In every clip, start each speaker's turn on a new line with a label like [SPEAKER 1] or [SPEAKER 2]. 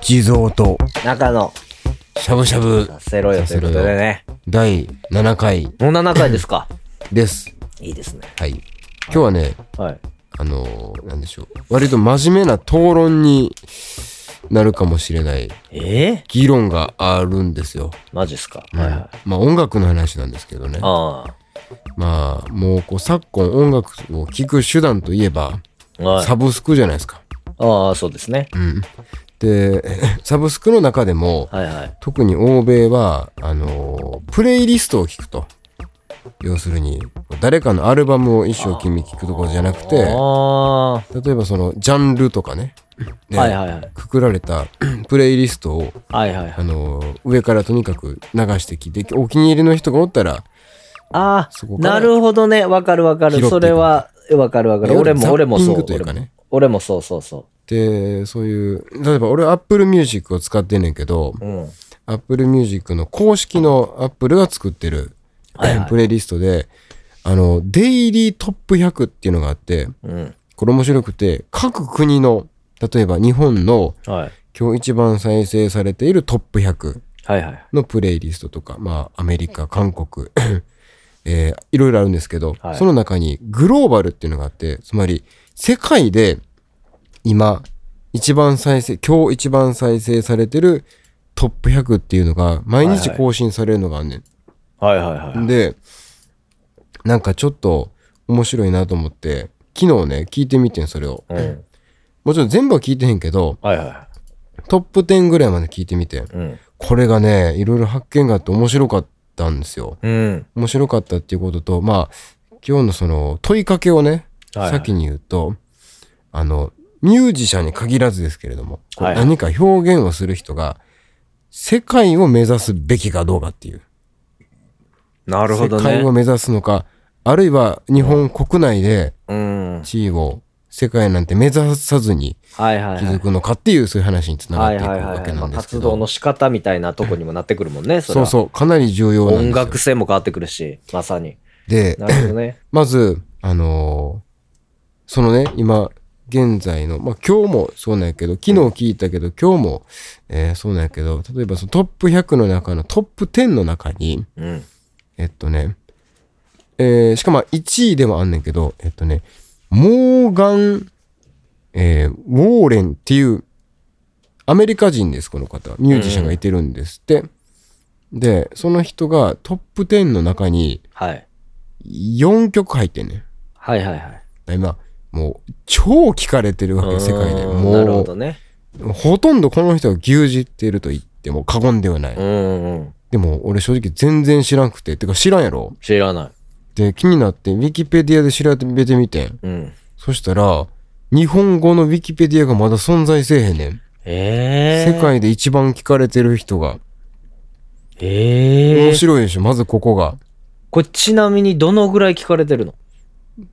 [SPEAKER 1] 地蔵と
[SPEAKER 2] 中野、
[SPEAKER 1] しゃぶしゃぶ
[SPEAKER 2] させろよということでね。
[SPEAKER 1] 第7回
[SPEAKER 2] もう7回ですか。
[SPEAKER 1] です。
[SPEAKER 2] いいですね。
[SPEAKER 1] はい。今日はね、
[SPEAKER 2] はい。
[SPEAKER 1] あのー、なんでしょう。割と真面目な討論になるかもしれない
[SPEAKER 2] ええ
[SPEAKER 1] 議論があるんですよ。
[SPEAKER 2] マジっすか。はいはい。
[SPEAKER 1] まあ音楽の話なんですけどね。
[SPEAKER 2] あ
[SPEAKER 1] まあ、もうこう昨今音楽を聴く手段といえば、
[SPEAKER 2] あ。はい。
[SPEAKER 1] サブスクじゃないですか。
[SPEAKER 2] ああ、そうですね。
[SPEAKER 1] うん。で、 サブスクの中でも、
[SPEAKER 2] はいはい。
[SPEAKER 1] 特に欧米は、あのープレイリストを聞くと。要するに、誰かのアルバムを一生懸命聞くところじゃなくて、
[SPEAKER 2] あ
[SPEAKER 1] 例えばその、ジャンルとかね、
[SPEAKER 2] あ。はいはいはい。
[SPEAKER 1] くくられた プレイリストを、
[SPEAKER 2] はいはいは
[SPEAKER 1] あ
[SPEAKER 2] い。
[SPEAKER 1] のー上からとにかく流してきて、お気に入りの人がおったら、
[SPEAKER 2] ああ
[SPEAKER 1] そこ、から
[SPEAKER 2] なるほどね。わかるわか
[SPEAKER 1] 拾って
[SPEAKER 2] る。
[SPEAKER 1] いく
[SPEAKER 2] それは、わかるわかる。俺
[SPEAKER 1] ザッ
[SPEAKER 2] も俺も
[SPEAKER 1] ピン
[SPEAKER 2] そ
[SPEAKER 1] グ
[SPEAKER 2] う。
[SPEAKER 1] というかね
[SPEAKER 2] 俺も俺もそうそうそ
[SPEAKER 1] で、そういう、例えば俺は Apple Music を使ってんねんけど、
[SPEAKER 2] う。うん。
[SPEAKER 1] Apple Music の公式の Apple が作ってる、プレイリストで、あの、デイリートップ100っていうのがあって、
[SPEAKER 2] うん。
[SPEAKER 1] これ面白くて、各国の、例えば日本の
[SPEAKER 2] はい。
[SPEAKER 1] 今日一番再生されているトップ100
[SPEAKER 2] はいはい。
[SPEAKER 1] のプレイリストとか、まあアメリカ、韓国、 えーいろいろあるんですけど、
[SPEAKER 2] はい
[SPEAKER 1] その中にグローバルっていうのがあって、つまり世界で今一番再生、今日一番再生されてるトップ100っていうのが毎日更新されるのがあんねん。
[SPEAKER 2] はいはいはい。
[SPEAKER 1] で、なんかちょっと面白いなと思って、昨日ね、聞いてみてん、それを。
[SPEAKER 2] うん。
[SPEAKER 1] もちろん全部は聞いてへんけど、
[SPEAKER 2] はいは
[SPEAKER 1] トップ10ぐらいまで聞いてみて、
[SPEAKER 2] い。うん。
[SPEAKER 1] これがね、いろいろ発見があって面白かったんですよ。
[SPEAKER 2] うん。
[SPEAKER 1] 面白かったっていうことと、まあ、今日のその問いかけをね、
[SPEAKER 2] はいはい
[SPEAKER 1] 先に言うと、あの、ミュージシャンに限らずですけれども、こう
[SPEAKER 2] はいはい
[SPEAKER 1] 何か表現をする人が、世界を目指すべきかどうかっていう。
[SPEAKER 2] なるほど
[SPEAKER 1] 世界を
[SPEAKER 2] ね。
[SPEAKER 1] 目指すのか、あるいは日本国内で
[SPEAKER 2] うん。
[SPEAKER 1] 地位を世界なんて目指さずに
[SPEAKER 2] はいはいはい
[SPEAKER 1] 築。くのかっていう、そういう話につなが
[SPEAKER 2] は
[SPEAKER 1] っ
[SPEAKER 2] い
[SPEAKER 1] ていく
[SPEAKER 2] はいはい
[SPEAKER 1] わ
[SPEAKER 2] は
[SPEAKER 1] け
[SPEAKER 2] い。
[SPEAKER 1] な
[SPEAKER 2] まあ
[SPEAKER 1] んですけ
[SPEAKER 2] 活
[SPEAKER 1] ど。
[SPEAKER 2] 動の仕方みたいなとこにもなってくるもんね、それ
[SPEAKER 1] そう
[SPEAKER 2] は。
[SPEAKER 1] そう、かなり重要なん
[SPEAKER 2] 音
[SPEAKER 1] です
[SPEAKER 2] 楽
[SPEAKER 1] よ。
[SPEAKER 2] 性も変わってくるし、まさに。
[SPEAKER 1] で、
[SPEAKER 2] なるほどね。
[SPEAKER 1] まず、あのーそのね、今、現在の、まあ、今日もそうなんやけど、昨日聞いたけど、今日も、えーそうなんやけど、例えばそのトップ100の中のトップ10の中に、
[SPEAKER 2] うん。
[SPEAKER 1] えっとね、えーしかも1位ではあんねんけど、えっとね、モーガン、えーウォーレンっていうアメリカ人です、この方。ミュージシャンがいてるんですって。で、その人がトップ10の中に
[SPEAKER 2] はい。
[SPEAKER 1] 4曲入ってんねん。
[SPEAKER 2] はいはいはい。
[SPEAKER 1] 今、もう超聞かれてるわけ、世界で。
[SPEAKER 2] うーんなる
[SPEAKER 1] も
[SPEAKER 2] ほ
[SPEAKER 1] う
[SPEAKER 2] どね。
[SPEAKER 1] ほとんどこの人が牛耳ってると言っても過言ではない。
[SPEAKER 2] うんうん。
[SPEAKER 1] でも俺正直全然知らんくて。てか知らんやろ
[SPEAKER 2] 知らない。
[SPEAKER 1] で、気になって、ウィキペディアで調べてみてん。
[SPEAKER 2] うん。
[SPEAKER 1] そしたら、日本語のウィキペディアがまだ存在せえへんねん。
[SPEAKER 2] ええー。
[SPEAKER 1] 世。界で一番聞かれてる人が。
[SPEAKER 2] ええ
[SPEAKER 1] 面
[SPEAKER 2] ー。
[SPEAKER 1] 白いでしょ、まずここが。
[SPEAKER 2] これちなみにどのぐらい聞かれてるの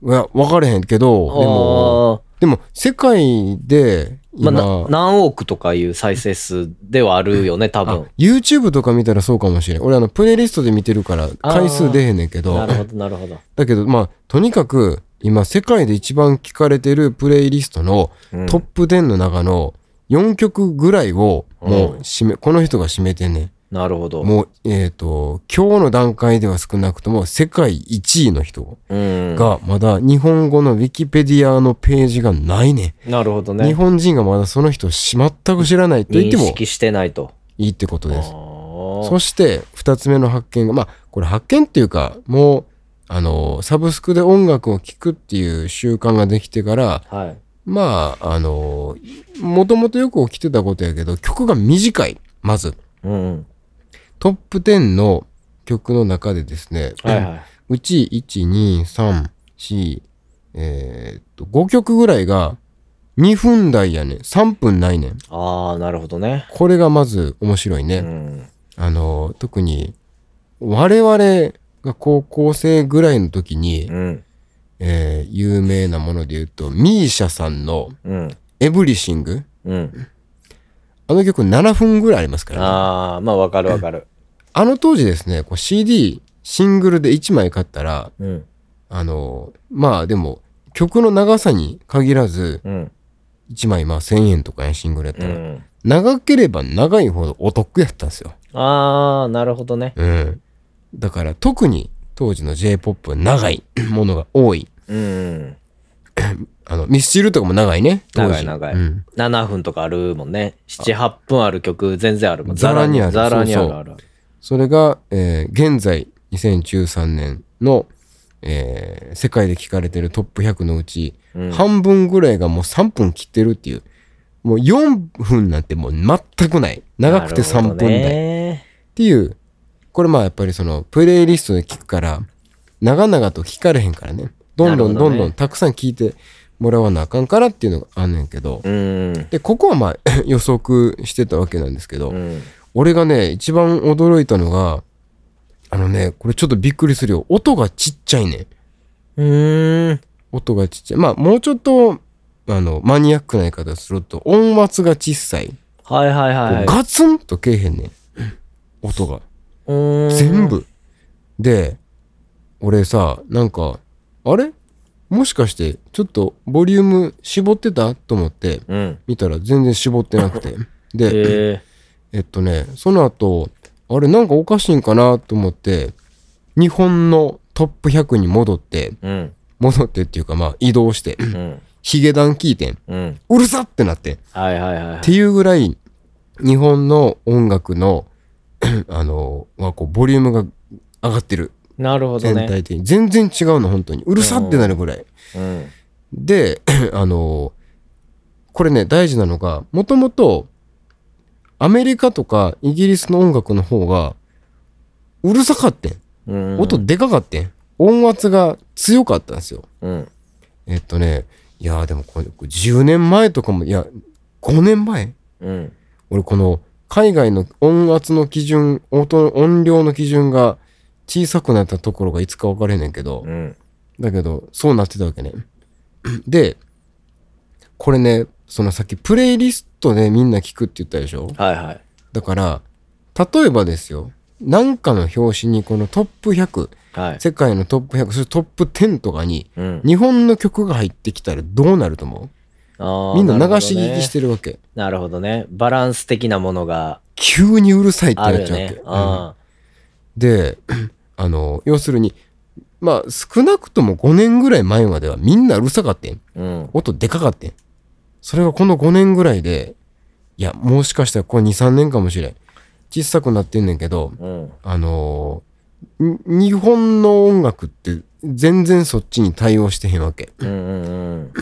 [SPEAKER 1] いや、分かれへんけど、でも、
[SPEAKER 2] あ
[SPEAKER 1] でも、世界で
[SPEAKER 2] ー
[SPEAKER 1] 今、
[SPEAKER 2] まあ、な何億とかいう再生数ではあるよね、多分。
[SPEAKER 1] YouTube とか見たらそうかもしれん。俺あの、プレイリストで見てるから、
[SPEAKER 2] あー
[SPEAKER 1] 回数出へんねんけど。
[SPEAKER 2] なるほど、なるほど。
[SPEAKER 1] だけど、まあ、とにかく、今、世界で一番聞かれてるプレイリストの
[SPEAKER 2] うん
[SPEAKER 1] トップ10の中の4曲ぐらいを、もう、締め、この人が占めてんね
[SPEAKER 2] なるほど。
[SPEAKER 1] ん。もう、えっ、と、今日の段階では少なくとも、世界1位の人
[SPEAKER 2] うん。
[SPEAKER 1] が、まだ日本語のウィキペディアのページがないね
[SPEAKER 2] なるほど
[SPEAKER 1] ん。
[SPEAKER 2] ね。
[SPEAKER 1] 日本人がまだその人をし全く知らないと言って
[SPEAKER 2] 認
[SPEAKER 1] も
[SPEAKER 2] 識してないと。
[SPEAKER 1] いいってことです。
[SPEAKER 2] そ
[SPEAKER 1] そして2つ目の発見がまあこれ発見っていうかもうあのサブスクで音楽を聴くっていう習慣ができてから
[SPEAKER 2] はい。
[SPEAKER 1] まああのもともとよく起きてたことやけど曲が短いまず
[SPEAKER 2] うん。
[SPEAKER 1] トップ10の曲の中でですね、
[SPEAKER 2] はいは
[SPEAKER 1] うち1234えーっと5曲ぐらいが2分台やねん3分ないねん
[SPEAKER 2] い。ああ、なるほどね。
[SPEAKER 1] これがまず面白いね、
[SPEAKER 2] うん。
[SPEAKER 1] あの、特に、我々が高校生ぐらいの時に、
[SPEAKER 2] うん。
[SPEAKER 1] えー有名なもので言うと、ミーシャさんの
[SPEAKER 2] うん。
[SPEAKER 1] エブリシング。
[SPEAKER 2] うん。
[SPEAKER 1] あの曲7分ぐらいありますからね、
[SPEAKER 2] ああ、まあわかるわかる。
[SPEAKER 1] あの当時ですね、こう CD、シングルで1枚買ったら、
[SPEAKER 2] うん。
[SPEAKER 1] あの、まあでも、曲の長さに限らず、
[SPEAKER 2] うん。
[SPEAKER 1] 1枚まあ1000円とかやシングルやっ
[SPEAKER 2] う
[SPEAKER 1] たら、
[SPEAKER 2] ん。
[SPEAKER 1] 長ければ長いほどお得やったんですよ。
[SPEAKER 2] ああ、なるほどね。
[SPEAKER 1] うん。だから特に当時の J-POP は長いものが多い。
[SPEAKER 2] うん。
[SPEAKER 1] あの、ミスチルとかも長いね。当
[SPEAKER 2] 長
[SPEAKER 1] 時
[SPEAKER 2] い長い。
[SPEAKER 1] うん。
[SPEAKER 2] 7分とかあるもんね。7、8分ある曲全然あるもん。
[SPEAKER 1] ざらにある
[SPEAKER 2] ザラにある
[SPEAKER 1] そう
[SPEAKER 2] ある。
[SPEAKER 1] それが、えー現在2013年の、えー世界で聞かれてるトップ100のうち、
[SPEAKER 2] うん
[SPEAKER 1] 半分ぐらいがもう3分切ってるっていう。もう4分なんてもう全くない。長くて3分
[SPEAKER 2] なるほど
[SPEAKER 1] 台。
[SPEAKER 2] ね
[SPEAKER 1] っていう、これまあやっぱりそのプレイリストで聞くから、長々と聞かれへんからね。どんどんど
[SPEAKER 2] なるほどね
[SPEAKER 1] んどんたくさん聞いてもらわなあかんからっていうのがあんねんけど。
[SPEAKER 2] うん。
[SPEAKER 1] で、ここはまあ 予測してたわけなんですけど、
[SPEAKER 2] うん。
[SPEAKER 1] 俺がね、一番驚いたのが、あのね、これちょっとびっくりするよ。音がちっちゃいねん。
[SPEAKER 2] うん。
[SPEAKER 1] 音がちっちゃい。まあもうちょっと、あの、マニアックな言い方すると、音圧が小さい。
[SPEAKER 2] はいはいはい。
[SPEAKER 1] ガツンとけえへんねん。音が。
[SPEAKER 2] うん
[SPEAKER 1] 全。部。で、俺さ、なんか、あれもしかして、ちょっとボリューム絞ってたと思って、
[SPEAKER 2] うん。
[SPEAKER 1] 見たら全然絞ってなくて。で、
[SPEAKER 2] え
[SPEAKER 1] えっとね、その後、あれなんかおかしいんかなと思って、日本のトップ100に戻って、
[SPEAKER 2] ーうん。
[SPEAKER 1] 戻ってっていうかまあ移動して、
[SPEAKER 2] うん。
[SPEAKER 1] ヒゲダン聞いてん。
[SPEAKER 2] うん。
[SPEAKER 1] うるさってなってん。
[SPEAKER 2] はいはいは
[SPEAKER 1] っ
[SPEAKER 2] い。
[SPEAKER 1] ていうぐらい日本の音楽の あのはこうボリュームが上がってる
[SPEAKER 2] なるほど
[SPEAKER 1] 全
[SPEAKER 2] ね。
[SPEAKER 1] 体的に全然違うの本当にうるさってなるぐらい
[SPEAKER 2] うん。
[SPEAKER 1] で あのこれね大事なのがもともとアメリカとかイギリスの音楽の方がうるさかってん
[SPEAKER 2] うん。
[SPEAKER 1] 音でかかってん音圧が強かったんですよ
[SPEAKER 2] うん。
[SPEAKER 1] えっとねいやーでもこれ10年前とかもいや5年前
[SPEAKER 2] うん。
[SPEAKER 1] 俺この海外の音圧の基準音音量の基準が小さくなったところがいつか分からへんねんけど
[SPEAKER 2] うん。
[SPEAKER 1] だけどそうなってたわけね でこれねそのさっきプレイリストでみんな聞くって言ったでしょ
[SPEAKER 2] はいはい。
[SPEAKER 1] だから例えばですよなんかの表紙にこのトップ100
[SPEAKER 2] はい。
[SPEAKER 1] 世界のトップ100それトップ10とかに
[SPEAKER 2] うん。
[SPEAKER 1] 日本の曲が入ってきたらどうなると思うみ
[SPEAKER 2] み
[SPEAKER 1] んな流し聞きしてるわけ
[SPEAKER 2] なるほどね。バランス的なものが
[SPEAKER 1] 急にうるさいって
[SPEAKER 2] あ
[SPEAKER 1] な
[SPEAKER 2] る
[SPEAKER 1] っ
[SPEAKER 2] よ
[SPEAKER 1] ちゃうわけ
[SPEAKER 2] ね。
[SPEAKER 1] うん
[SPEAKER 2] あ
[SPEAKER 1] で あの要するにまあ少なくとも5年ぐらい前まではみんなうるさかってん
[SPEAKER 2] あ。うん。
[SPEAKER 1] 音でかかってんそれがこの5年ぐらいでいやもしかしたらこれ23年かもしれん小さくなってんねんけど
[SPEAKER 2] うん。
[SPEAKER 1] あのーに日本の音楽って全然そっちに対応してへんわけ
[SPEAKER 2] うんうん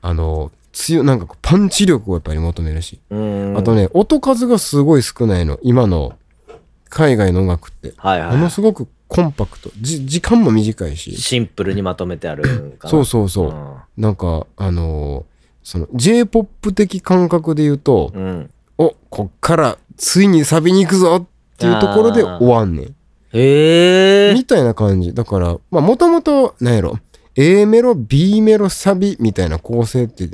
[SPEAKER 1] あのー強いなんかこうパンチ力をやっぱり求めるし、
[SPEAKER 2] うん。うん。
[SPEAKER 1] あとね音数がすごい少ないの今の海外の音楽って
[SPEAKER 2] はいは
[SPEAKER 1] もの
[SPEAKER 2] い。
[SPEAKER 1] すごくコンパクトじ時間も短いし
[SPEAKER 2] シンプルにまとめてあるかな。
[SPEAKER 1] そうそうそう、
[SPEAKER 2] うん
[SPEAKER 1] なんかあのーその j p o p 的感覚で言うと、
[SPEAKER 2] うん。
[SPEAKER 1] おこっからついにサビに行くぞっていうところで
[SPEAKER 2] あー
[SPEAKER 1] 終わんねん
[SPEAKER 2] へえ。
[SPEAKER 1] みたいな感じだからまあもともとんやろ A メロ B メロサビみたいな構成って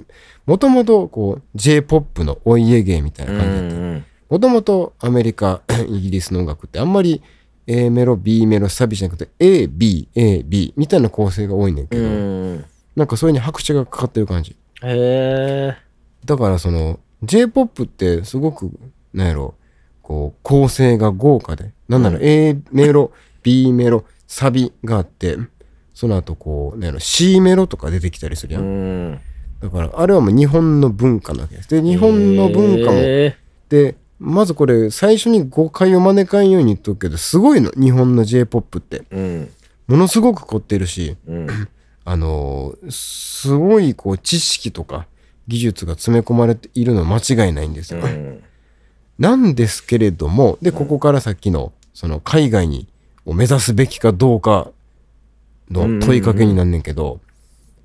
[SPEAKER 1] もともとこう j p o p のお家芸みたいな
[SPEAKER 2] うん
[SPEAKER 1] 感じだった
[SPEAKER 2] うん。
[SPEAKER 1] もともとアメリカ、 イギリスの音楽ってあんまり A メロ、B メロ、サビじゃなくて A、B、A、B みたいな構成が多いねんけ
[SPEAKER 2] う
[SPEAKER 1] ど、
[SPEAKER 2] ん。
[SPEAKER 1] なんかそれに拍手がかかってる感じ。
[SPEAKER 2] へえ。
[SPEAKER 1] だからその J-POP ってすごく、なんやろ、こう構成が豪華で、なんなら
[SPEAKER 2] う
[SPEAKER 1] A メロ、B メロ、サビがあって、その後こう、なんやろ、C メロとか出てきたりする
[SPEAKER 2] う
[SPEAKER 1] やん。
[SPEAKER 2] ん。
[SPEAKER 1] だからあれはもう日本の文化なわけです。で、日本の文化も
[SPEAKER 2] へ
[SPEAKER 1] でまずこれ最初に誤解を招かんように言っとくけどすごいの日本の j p o p って
[SPEAKER 2] えうん。
[SPEAKER 1] ものすごく凝ってるし
[SPEAKER 2] うん。
[SPEAKER 1] あのーすごいこう知識とか技術が詰め込まれているのは間違いないんです
[SPEAKER 2] う
[SPEAKER 1] よ、
[SPEAKER 2] ん。
[SPEAKER 1] なんですけれどもでここからさっきのその海外にを目指すべきかどうかの問いかけになんねんけど、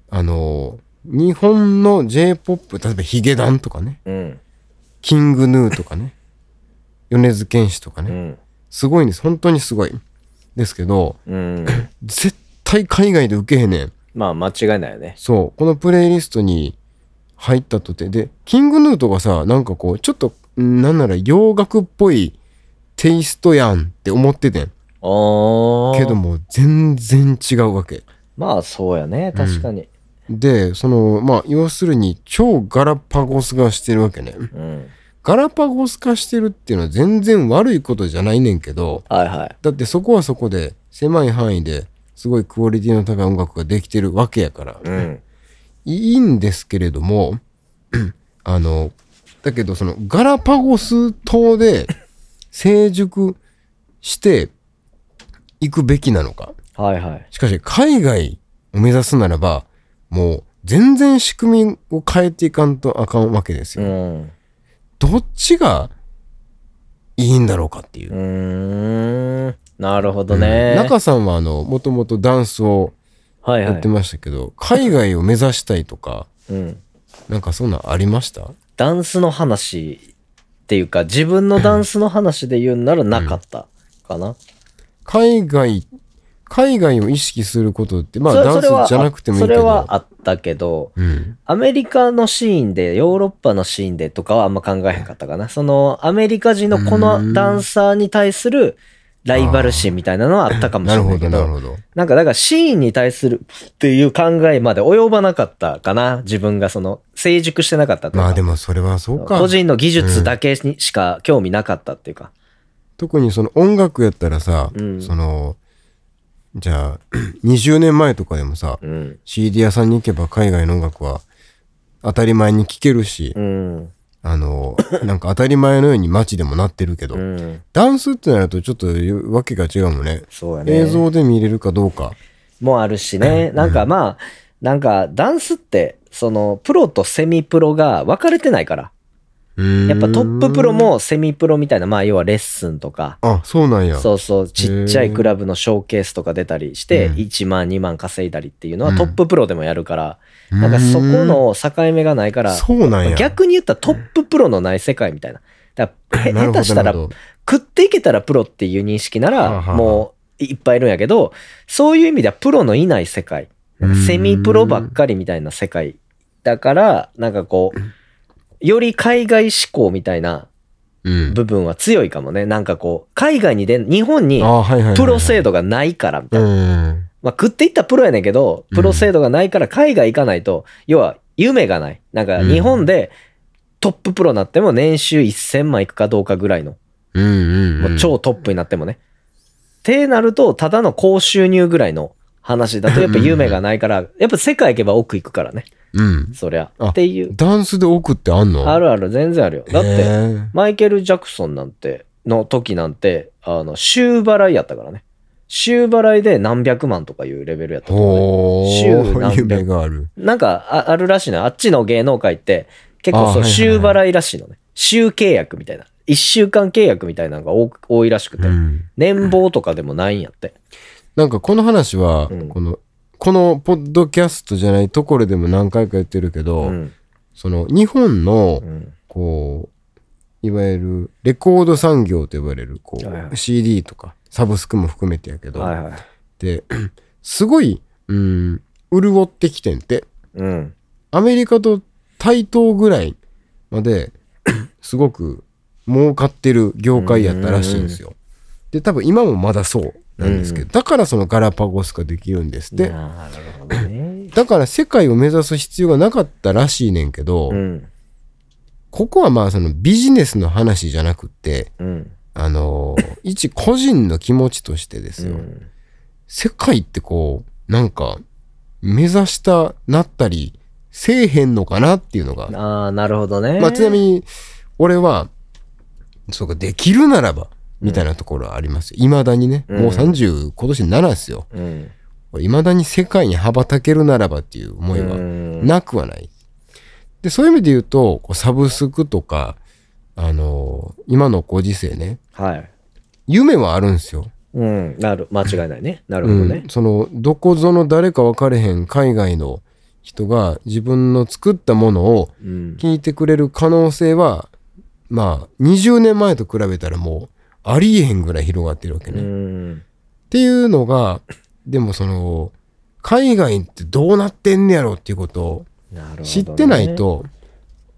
[SPEAKER 1] あのー日本の j p o p 例えばヒゲダンとかね
[SPEAKER 2] うん。
[SPEAKER 1] キングヌーとかね米津玄師とかね、
[SPEAKER 2] うん。
[SPEAKER 1] すごいんです。本当にすごい。ですけど、
[SPEAKER 2] うん。
[SPEAKER 1] 絶対海外で受けへんねん。
[SPEAKER 2] まあ、間違いないよね。
[SPEAKER 1] そう。このプレイリストに入ったとて。で、キングヌーとかさ、なんかこう、ちょっと、んなんなら洋楽っぽいテイストやんって思っててん。
[SPEAKER 2] ああ。
[SPEAKER 1] けども、全然違うわけ。
[SPEAKER 2] まあ、そうやね。確かに。
[SPEAKER 1] で、その、まあ、要するに、超ガラパゴスがしてるわけね。
[SPEAKER 2] うん。
[SPEAKER 1] ガラパゴス化してるっていうのは全然悪いことじゃないねんけど、
[SPEAKER 2] はいはい。
[SPEAKER 1] だってそこはそこで狭い範囲ですごいクオリティの高い音楽ができてるわけやから、
[SPEAKER 2] うん。
[SPEAKER 1] いいんですけれども、 あの、だけどそのガラパゴス島で成熟していくべきなのか。
[SPEAKER 2] はいはい。
[SPEAKER 1] しかし海外を目指すならば、もう全然仕組みを変えていかんとあかんわけです
[SPEAKER 2] う
[SPEAKER 1] よ。
[SPEAKER 2] ん。う
[SPEAKER 1] どっちがいいんだろうかっていう。
[SPEAKER 2] ーん。なるほどね。
[SPEAKER 1] 中さんはあの、もともとダンスを
[SPEAKER 2] はい
[SPEAKER 1] や
[SPEAKER 2] は
[SPEAKER 1] っ
[SPEAKER 2] い
[SPEAKER 1] て。ましたけど、海外を目指したいとか、
[SPEAKER 2] うん。
[SPEAKER 1] なんかそんなんありました
[SPEAKER 2] ダンスの話っていうか、自分のダンスの話で言うんならなかったかな。
[SPEAKER 1] 海外、海外を意識することって、まあ
[SPEAKER 2] それ
[SPEAKER 1] ダン
[SPEAKER 2] それは
[SPEAKER 1] スじゃなくてもいい
[SPEAKER 2] そ
[SPEAKER 1] け
[SPEAKER 2] れ
[SPEAKER 1] ど
[SPEAKER 2] は、あったけど、
[SPEAKER 1] うん。
[SPEAKER 2] アメリカのシーンで、ヨーロッパのシーンでとかはあんま考えへんかったかな。その、アメリカ人のこ
[SPEAKER 1] うん
[SPEAKER 2] のダンサーに対するライバル心みたいなのはあったかもし
[SPEAKER 1] な
[SPEAKER 2] れ
[SPEAKER 1] る
[SPEAKER 2] な
[SPEAKER 1] ほ
[SPEAKER 2] い
[SPEAKER 1] ど、
[SPEAKER 2] け
[SPEAKER 1] なる
[SPEAKER 2] ど、
[SPEAKER 1] ほど。
[SPEAKER 2] なんかだからシーンに対するっていう考えまで及ばなかったかな。自分がその、成熟してなかったというか
[SPEAKER 1] まあでもそれはそうか。
[SPEAKER 2] 個人の技術だけにしか興味なかったっていうか。
[SPEAKER 1] 特にその音楽やったらさ、
[SPEAKER 2] うん
[SPEAKER 1] そのじゃあ 20年前とかでもさ、
[SPEAKER 2] うん。
[SPEAKER 1] CD 屋さんに行けば海外の音楽は当たり前に聴けるし、
[SPEAKER 2] うん。
[SPEAKER 1] あのなんか当たり前のように街でもなってるけど、
[SPEAKER 2] うん。
[SPEAKER 1] ダンスってなるとちょっとわけが違うもんね
[SPEAKER 2] そうやね。
[SPEAKER 1] 映像で見れるかどうか、
[SPEAKER 2] もあるしね。なんかまあ、なんかダンスって、その、プロとセミプロが分かれてないから。
[SPEAKER 1] うーん
[SPEAKER 2] やっぱトッププロもセミプロみたいな、まあ要はレッスンとか、
[SPEAKER 1] あそうなんや
[SPEAKER 2] そうそう、ちっちゃいクラブのショーケースとか出たりして、
[SPEAKER 1] うん
[SPEAKER 2] 1万、2万稼いだりっていうのは
[SPEAKER 1] うん
[SPEAKER 2] トッププロでもやるから、
[SPEAKER 1] う
[SPEAKER 2] なんかそこの境目がないか
[SPEAKER 1] ーん
[SPEAKER 2] ら、
[SPEAKER 1] そうなんや
[SPEAKER 2] 逆に言ったらトッププロのない世界みたいな。だからへ
[SPEAKER 1] なる
[SPEAKER 2] 下
[SPEAKER 1] ほど
[SPEAKER 2] 手した
[SPEAKER 1] な
[SPEAKER 2] ら
[SPEAKER 1] るほど
[SPEAKER 2] 食っていけたらプロっていう認識な
[SPEAKER 1] はあは
[SPEAKER 2] ら
[SPEAKER 1] あはあ
[SPEAKER 2] もういっぱいいるんやけどそういう意味ではプロのいない世界なんかセミプロばっかりみたいな世界だからなんかこうより海外志向みたいな
[SPEAKER 1] うん
[SPEAKER 2] 部分は強いかもねなんかこう海外に出ん日本に
[SPEAKER 1] あはいはいはいはい
[SPEAKER 2] プロ制度がないからみた
[SPEAKER 1] う
[SPEAKER 2] い
[SPEAKER 1] ん
[SPEAKER 2] な、まあ、食っていったらプロやねんけどプロ制度がないから海外行かないと要は夢がないなんか日本でトッププロになっても年収1000万いくかどうかぐらいの
[SPEAKER 1] うんうん
[SPEAKER 2] もう超トップになってもね。ってなると、ただの高収入ぐらいの 話だと、やっぱ夢がないから、やっぱ世界行けば奥行くからね、
[SPEAKER 1] うん
[SPEAKER 2] そりゃ。
[SPEAKER 1] あ
[SPEAKER 2] っていう。
[SPEAKER 1] ダンスで奥ってあんの
[SPEAKER 2] あるある、全然あるよ。だっ
[SPEAKER 1] へ
[SPEAKER 2] て、
[SPEAKER 1] ー
[SPEAKER 2] マイケル・ジャクソンなんて、の時なんて、あの、週払いやったからね。週払いで何百万とかいうレベルやったからね。
[SPEAKER 1] ほ
[SPEAKER 2] 週
[SPEAKER 1] ー
[SPEAKER 2] 何百
[SPEAKER 1] 夢がある。
[SPEAKER 2] なんかあ、あるらしいのよあっちの芸能界って、結
[SPEAKER 1] あ
[SPEAKER 2] 構
[SPEAKER 1] はい
[SPEAKER 2] そう、
[SPEAKER 1] はい
[SPEAKER 2] 週払いらしいのね。週契約みたいな。一週間契約みたいなのが多く多いらしくて
[SPEAKER 1] う。ん
[SPEAKER 2] 年俸とかでもないんやって。
[SPEAKER 1] なんかこの話は、
[SPEAKER 2] うん
[SPEAKER 1] この、このポッドキャストじゃないところでも何回か言ってるけど、
[SPEAKER 2] うん。
[SPEAKER 1] その日本の
[SPEAKER 2] う、ん
[SPEAKER 1] こう、いわゆるレコード産業と呼ばれる、こう、
[SPEAKER 2] はいはい
[SPEAKER 1] CD とかサブスクも含めてやけど、
[SPEAKER 2] はいはい。
[SPEAKER 1] で、 すごい、うん、潤ってきてんて、
[SPEAKER 2] うん。
[SPEAKER 1] アメリカと対等ぐらいまで すごく儲かってる業界やったらしいんですよ。で多分今もまだそうなんですけどだからそのガラパゴスができるんですって
[SPEAKER 2] なるほどね。
[SPEAKER 1] だから世界を目指す必要がなかったらしいねんけど、
[SPEAKER 2] うん。
[SPEAKER 1] ここはまあそのビジネスの話じゃなくって
[SPEAKER 2] うん。
[SPEAKER 1] あのー一個人の気持ちとしてですよ、
[SPEAKER 2] うん
[SPEAKER 1] 世界ってこうなんか目指したなったりせえへんのかなっていうのが
[SPEAKER 2] ああ、なるほどね。
[SPEAKER 1] まあ、ちなみ
[SPEAKER 2] に。
[SPEAKER 1] に、俺は、そうか、できるならば、みたいなところはありますよ。いまだにね、
[SPEAKER 2] うん
[SPEAKER 1] もう30、今年7ですよ。
[SPEAKER 2] うん。
[SPEAKER 1] いまだに世界に羽ばたけるならばっていう思いは、
[SPEAKER 2] な、
[SPEAKER 1] なくはない。で、そういう意味で言うと、こうサブスクとか、あのー今のご時世ね、
[SPEAKER 2] はい。
[SPEAKER 1] 夢はあるんですよ。
[SPEAKER 2] うん。なる、間違いないね。なるほどね
[SPEAKER 1] うん、。そのどこぞの誰か分かれへん海外の人が自分の作ったものを
[SPEAKER 2] うん。
[SPEAKER 1] 聞いてくれる可能性はまあ20年前と比べたらもうありえへんぐらい広がってるわけ
[SPEAKER 2] う
[SPEAKER 1] ね。っ
[SPEAKER 2] ん。
[SPEAKER 1] ていうのがでもその海外ってどうなってんねやろっていうことを
[SPEAKER 2] なるほどね。
[SPEAKER 1] 知ってないと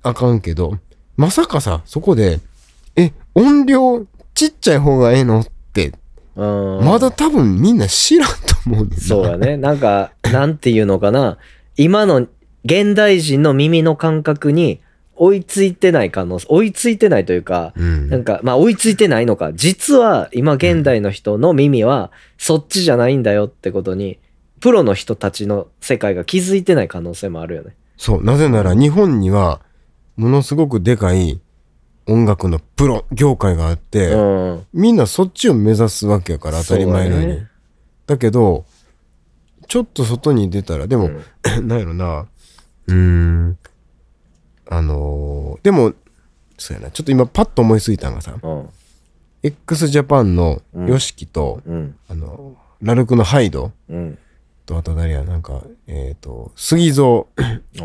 [SPEAKER 1] あかんけどまさかさそこで「え音量ちっちゃい方がええの?」って
[SPEAKER 2] うん。
[SPEAKER 1] まだ多分みんな知らんと思うねんな
[SPEAKER 2] そう やね。なんか、なんていうのかな。今の現代人の耳の感覚に追いついてない可能性、追いついてないというか、
[SPEAKER 1] うん。
[SPEAKER 2] なんか、まあ追いついてないのか。実は今現代の人の耳はそっちじゃないんだよってことに、プロの人たちの世界が気づいてない可能性もあるよね。
[SPEAKER 1] そう。なぜなら日本には、ものすごくでかい音楽のプロ業界があって、
[SPEAKER 2] うん。
[SPEAKER 1] みんなそっちを目指すわけやから当たり前のように。
[SPEAKER 2] そう
[SPEAKER 1] だ
[SPEAKER 2] だね
[SPEAKER 1] けど、ちょっと外に出たら、でも、
[SPEAKER 2] うん
[SPEAKER 1] なんやろな、うーん、あのーでも、そうやな、ちょっと今パッと思いついたのがさ、
[SPEAKER 2] うん。
[SPEAKER 1] x ジャパンの
[SPEAKER 2] うん
[SPEAKER 1] YOSHIKI と、
[SPEAKER 2] うん。
[SPEAKER 1] あの、ラルクのハイド
[SPEAKER 2] うん。
[SPEAKER 1] と、あと誰や、なんか、えっ、と、杉蔵、
[SPEAKER 2] う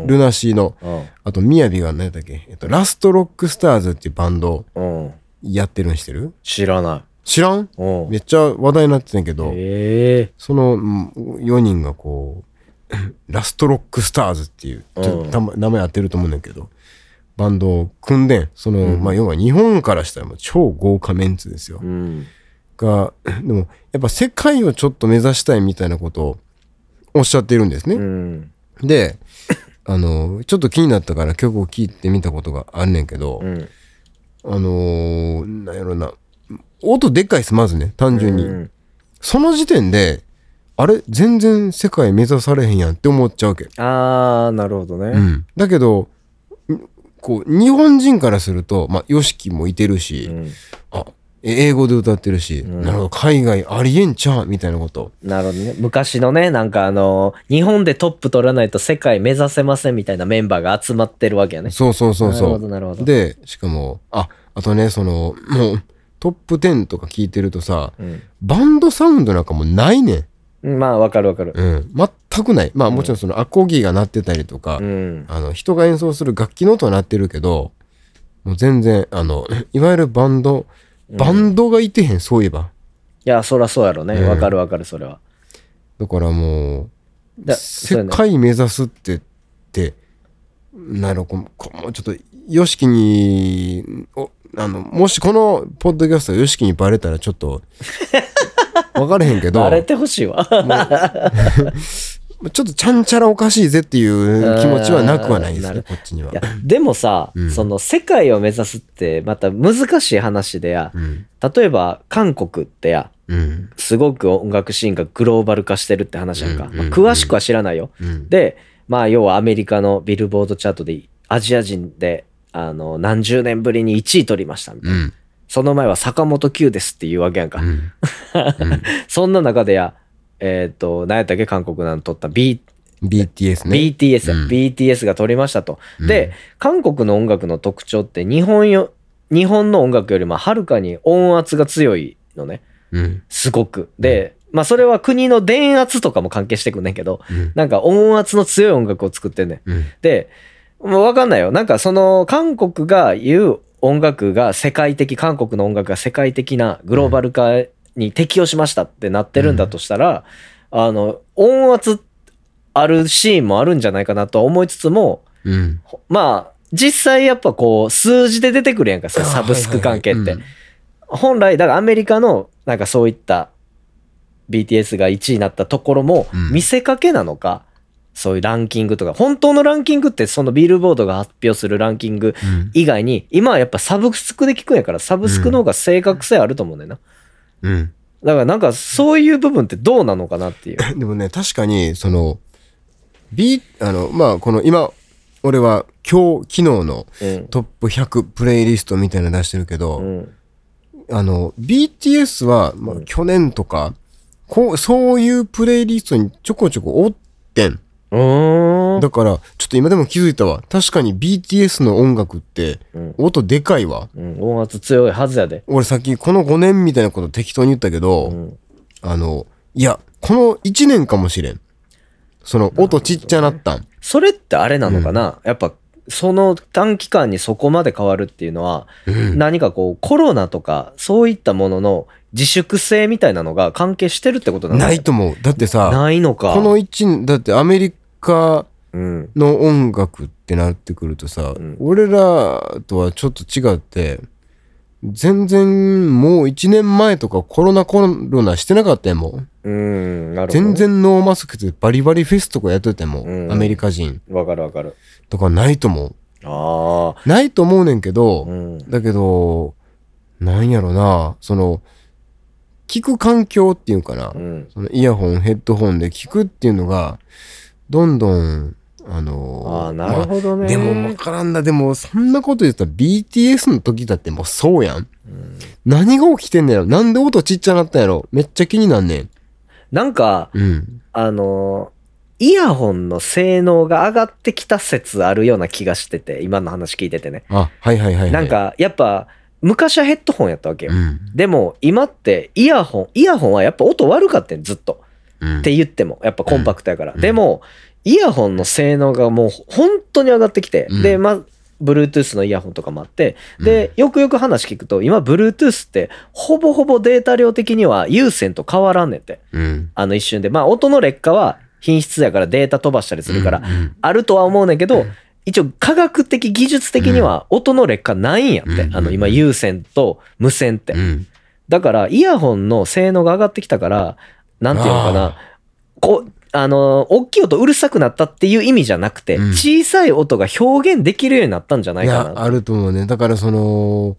[SPEAKER 2] ん
[SPEAKER 1] ルナシーの、
[SPEAKER 2] うん。
[SPEAKER 1] あと、みやびが何やったっけ、えっと、ラストロックスターズっていうバンド
[SPEAKER 2] うん。
[SPEAKER 1] やってるんしてる
[SPEAKER 2] 知らな
[SPEAKER 1] 知らん
[SPEAKER 2] い。うん。
[SPEAKER 1] めっちゃ話題になってたんやけど、
[SPEAKER 2] ええ
[SPEAKER 1] その4人がこう、 ラストロックスターズっていう、ちょっとたま名前合ってると思うんだけど、バンドを組んでん。その、
[SPEAKER 2] うん
[SPEAKER 1] まあ要は日本からしたらもう超豪華メンツですよ。
[SPEAKER 2] うん。
[SPEAKER 1] が、 でもやっぱ世界をちょっと目指したいみたいなことをおっしゃってるんです
[SPEAKER 2] う
[SPEAKER 1] ね。
[SPEAKER 2] ん。
[SPEAKER 1] で、あの、ちょっと気になったから曲を聴いてみたことがあんねんけど、
[SPEAKER 2] うん。
[SPEAKER 1] あのーなんやろな、音でっかいです、まずね、単純に。
[SPEAKER 2] うん
[SPEAKER 1] その時点で、あれ全然世界目指されへんやんって思っちゃうわけ。
[SPEAKER 2] あー、なるほどね。
[SPEAKER 1] うんだけど、んこう、日本人からすると、まあ、ヨシキもいてるし、
[SPEAKER 2] うん
[SPEAKER 1] あ、え英語で歌ってるし、
[SPEAKER 2] うん
[SPEAKER 1] なるほど、海外ありえんちゃうみたいなこと。
[SPEAKER 2] なるほどね。昔のね、なんかあの、日本でトップ取らないと世界目指せませんみたいなメンバーが集まってるわけやね。
[SPEAKER 1] そうそうそう
[SPEAKER 2] なる
[SPEAKER 1] そ
[SPEAKER 2] ほど、なるほ
[SPEAKER 1] う。
[SPEAKER 2] ど。、
[SPEAKER 1] で、しかも、あ、あとね、その、もう、トップ10とか聞いてるとさ、
[SPEAKER 2] う
[SPEAKER 1] バンドサウンドなんかもうないねん。
[SPEAKER 2] ん。まあ、わかるわかる。
[SPEAKER 1] うん。全くない。まあ、もちろんそのアコギが鳴ってたりとか、
[SPEAKER 2] うん。
[SPEAKER 1] あの、人が演奏する楽器の音は鳴ってるけど、もう全然、あの、 いわゆるバンド、バンドがいてへん、そういえば。
[SPEAKER 2] いや、そらそうやろね。
[SPEAKER 1] うん
[SPEAKER 2] わかるわかる、それは。
[SPEAKER 1] だからもう、
[SPEAKER 2] だそうや
[SPEAKER 1] 世
[SPEAKER 2] ね
[SPEAKER 1] 界目指すって、って、なるほど、こもうちょっと、ヨシキに、おあの、もしこのポッドキャストがヨシキにバレたらちょっ と、わかれへんけど、
[SPEAKER 2] バレてほしいわ。
[SPEAKER 1] ちょっとちゃんちゃらおかしいぜっていう気持ちはなくはないです
[SPEAKER 2] あーな
[SPEAKER 1] ね、
[SPEAKER 2] る
[SPEAKER 1] こっちにはい
[SPEAKER 2] や。、でもさ、
[SPEAKER 1] うん
[SPEAKER 2] その世界を目指すって、また難しい話でや、
[SPEAKER 1] うん。
[SPEAKER 2] 例えば韓国ってや、
[SPEAKER 1] うん。
[SPEAKER 2] すごく音楽シーンがグローバル化してるって話やんか。
[SPEAKER 1] うんうん
[SPEAKER 2] まあ詳しくは知らないよ。
[SPEAKER 1] うん。
[SPEAKER 2] で、まあ、要はアメリカのビルボードチャートでアジア人で、あの、何十年ぶりに1位取りましたみたいな。
[SPEAKER 1] うん。
[SPEAKER 2] その前は坂本九ですっていうわけやんか。
[SPEAKER 1] うん。
[SPEAKER 2] そんな中でや、えっ、と、何やったっけ韓国なの取った B、
[SPEAKER 1] BTS ね。
[SPEAKER 2] BTS や、
[SPEAKER 1] うん
[SPEAKER 2] BTS が取りましたと。
[SPEAKER 1] うん
[SPEAKER 2] で、韓国の音楽の特徴って日本よ、日本の音楽よりもはるかに音圧が強いのね。
[SPEAKER 1] うん。
[SPEAKER 2] すごく。で、まあそれは国の電圧とかも関係してくんねんけど、
[SPEAKER 1] うん。
[SPEAKER 2] なんか音圧の強い音楽を作ってんねん。
[SPEAKER 1] うん。
[SPEAKER 2] で、もうわかんないよ。なんかその韓国が言う音楽が世界的、韓国の音楽が世界的なグローバル化に適応しましたってなってるんだとしたら、あの、音圧あるシーンもあるんじゃないかなとは思いつつも、
[SPEAKER 1] うん。
[SPEAKER 2] ほまあ、実際やっぱこう数字で出てくるやんか、そのサブスク関係って。
[SPEAKER 1] うん
[SPEAKER 2] 本来、だからアメリカのなんかそういった BTS が1位になったところも
[SPEAKER 1] うん
[SPEAKER 2] 見せかけなのか、そういうランキングとか、本当のランキングってそのビルボードが発表するランキング
[SPEAKER 1] うん
[SPEAKER 2] 以外に、今はやっぱサブスクで聞くんやから、サブスクの方が正確性あると思うねんだよ
[SPEAKER 1] うん。
[SPEAKER 2] な。だからなんかそういう部分ってどうなのかなっていう。
[SPEAKER 1] でもね、確かに、その、B、あの、まあ、この今、俺は今日、昨日の
[SPEAKER 2] うん。
[SPEAKER 1] トップ100プレイリストみたいなの出してるけど、
[SPEAKER 2] うん。
[SPEAKER 1] あの、BTS は、まあ
[SPEAKER 2] う、ん
[SPEAKER 1] 去年とか、こう、そういうプレイリストにちょこちょこおってん。
[SPEAKER 2] うーん
[SPEAKER 1] だから、ちょっと今でも気づいたわ。確かに BTS の音楽って、
[SPEAKER 2] うん。
[SPEAKER 1] 音でかいわ。
[SPEAKER 2] うん。音圧強いはずやで。
[SPEAKER 1] 俺さっきこの5年みたいなこと適当に言ったけど、
[SPEAKER 2] うん。
[SPEAKER 1] あの、いや、この1年かもしれん。その、音ちっちゃなったん。
[SPEAKER 2] それってあれなのかな、やっぱその短期間にそこまで変わるっていうのは、
[SPEAKER 1] うん
[SPEAKER 2] 何かこうコロナとかそういったものの自粛性みたいなのが関係してるってことなの
[SPEAKER 1] ないと思う。だってさ、
[SPEAKER 2] ないのか。
[SPEAKER 1] この1年、だってアメリカ
[SPEAKER 2] うん。
[SPEAKER 1] の音楽ってなってくるとさ、
[SPEAKER 2] うん
[SPEAKER 1] 俺らとはちょっと違って、全然もう1年前とかコロナコロナしてなかったやんもん。
[SPEAKER 2] うん。なるほど。
[SPEAKER 1] 全。然ノーマスクでバリバリフェスとかやってても、
[SPEAKER 2] うん
[SPEAKER 1] アメリカ人
[SPEAKER 2] わかるわかる。
[SPEAKER 1] とかないと思う。
[SPEAKER 2] ああ。
[SPEAKER 1] ないと思うねんけど、
[SPEAKER 2] うん。
[SPEAKER 1] だけど、なんやろな、その、聞く環境っていうかな、
[SPEAKER 2] うん。
[SPEAKER 1] そのイヤホン、ヘッドホンで聞くっていうのが、どんどん、あ
[SPEAKER 2] あ
[SPEAKER 1] の
[SPEAKER 2] あ、なる
[SPEAKER 1] ま
[SPEAKER 2] ほど
[SPEAKER 1] あ
[SPEAKER 2] ね。
[SPEAKER 1] でも分からんな、でもそんなこと言ったら BTS の時だってもうそうやん。
[SPEAKER 2] うん
[SPEAKER 1] 何が起きてんだよ。なんで音ちっちゃなったんやろ。めっちゃ気になんねん。
[SPEAKER 2] なんか、
[SPEAKER 1] うん。
[SPEAKER 2] あのー、イヤホンの性能が上がってきた説あるような気がしてて、今の話聞いててね。
[SPEAKER 1] あ、はいはいはい、はい。
[SPEAKER 2] なん、か、やっぱ、昔はヘッドホンやったわけよ
[SPEAKER 1] う。ん。
[SPEAKER 2] でも、今って、イヤホン、イヤホンはやっぱ音悪かったんずっと。
[SPEAKER 1] うん
[SPEAKER 2] って言っても、やっぱコンパクトやから。
[SPEAKER 1] うん
[SPEAKER 2] でも、イヤホンの性能がもう本当に上がってきて、
[SPEAKER 1] うん
[SPEAKER 2] で、まあ、Bluetooth のイヤホンとかもあって、で、よくよく話聞くと、今、Bluetooth って、ほぼほぼデータ量的には有線と変わらんねんって。
[SPEAKER 1] うん。
[SPEAKER 2] あの一瞬で。まあ、音の劣化は品質やからデータ飛ばしたりするから、
[SPEAKER 1] うん
[SPEAKER 2] あるとは思うねんけど、一応科学的技術的には音の劣化ないんやって。
[SPEAKER 1] うん
[SPEAKER 2] あの今有線と無線って
[SPEAKER 1] う。ん。
[SPEAKER 2] だからイヤホンの性能が上がってきたから、なんていうのか
[SPEAKER 1] あー
[SPEAKER 2] な。こう、あの、大きい音うるさくなったっていう意味じゃなくて、
[SPEAKER 1] うん
[SPEAKER 2] 小さい音が表現できるようになったんじゃない
[SPEAKER 1] い
[SPEAKER 2] か
[SPEAKER 1] や、
[SPEAKER 2] な。
[SPEAKER 1] あると思うね。だからその、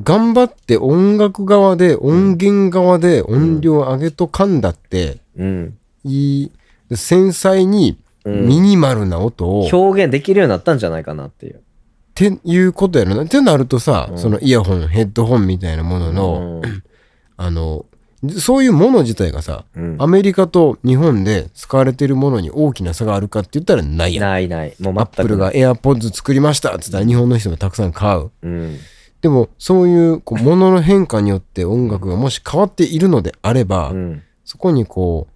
[SPEAKER 1] 頑張って音楽側で、音源側で音量上げとかんだって、
[SPEAKER 2] うん。
[SPEAKER 1] いい、繊細に
[SPEAKER 2] うん
[SPEAKER 1] ミニマルな音を、っ
[SPEAKER 2] 表現できるようになったんじゃないかなっていう。
[SPEAKER 1] ていうことやろな。ってなるとさ、
[SPEAKER 2] うん
[SPEAKER 1] そのイヤホン、ヘッドホンみたいなものの、
[SPEAKER 2] うん
[SPEAKER 1] あの、そういうもの自体がさ、
[SPEAKER 2] うん
[SPEAKER 1] アメリカと日本で使われてるものに大きな差があるかって言ったらないやん。
[SPEAKER 2] ないない。もう全く
[SPEAKER 1] アップルが AirPods 作りましたって言ったら日本の人がたくさん買う。
[SPEAKER 2] うん。
[SPEAKER 1] でもそういうこうものの変化によって音楽がもし変わっているのであれば、
[SPEAKER 2] うん。
[SPEAKER 1] そこにこう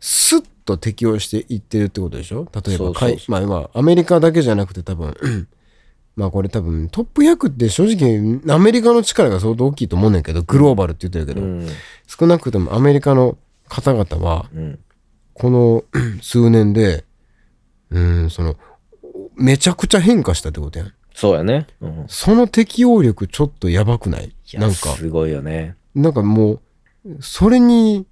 [SPEAKER 1] スッと適応していってるってことでしょ例え
[SPEAKER 2] そ
[SPEAKER 1] ば
[SPEAKER 2] うそうそう
[SPEAKER 1] 海まあまあアメリカだけじゃなくて多分まあこれ多分トップ100って正直アメリカの力が相当大きいと思うねんだけどグローバルって言ってるけ
[SPEAKER 2] う
[SPEAKER 1] ど、
[SPEAKER 2] ん。
[SPEAKER 1] 少なくともアメリカの方々は
[SPEAKER 2] うん。
[SPEAKER 1] この数年でうんそのめちゃくちゃ変化したってことやん
[SPEAKER 2] そうやね。うん。
[SPEAKER 1] その適応力ちょっとやばくない
[SPEAKER 2] いや
[SPEAKER 1] なんか
[SPEAKER 2] すごいよね。
[SPEAKER 1] なんかもう、それに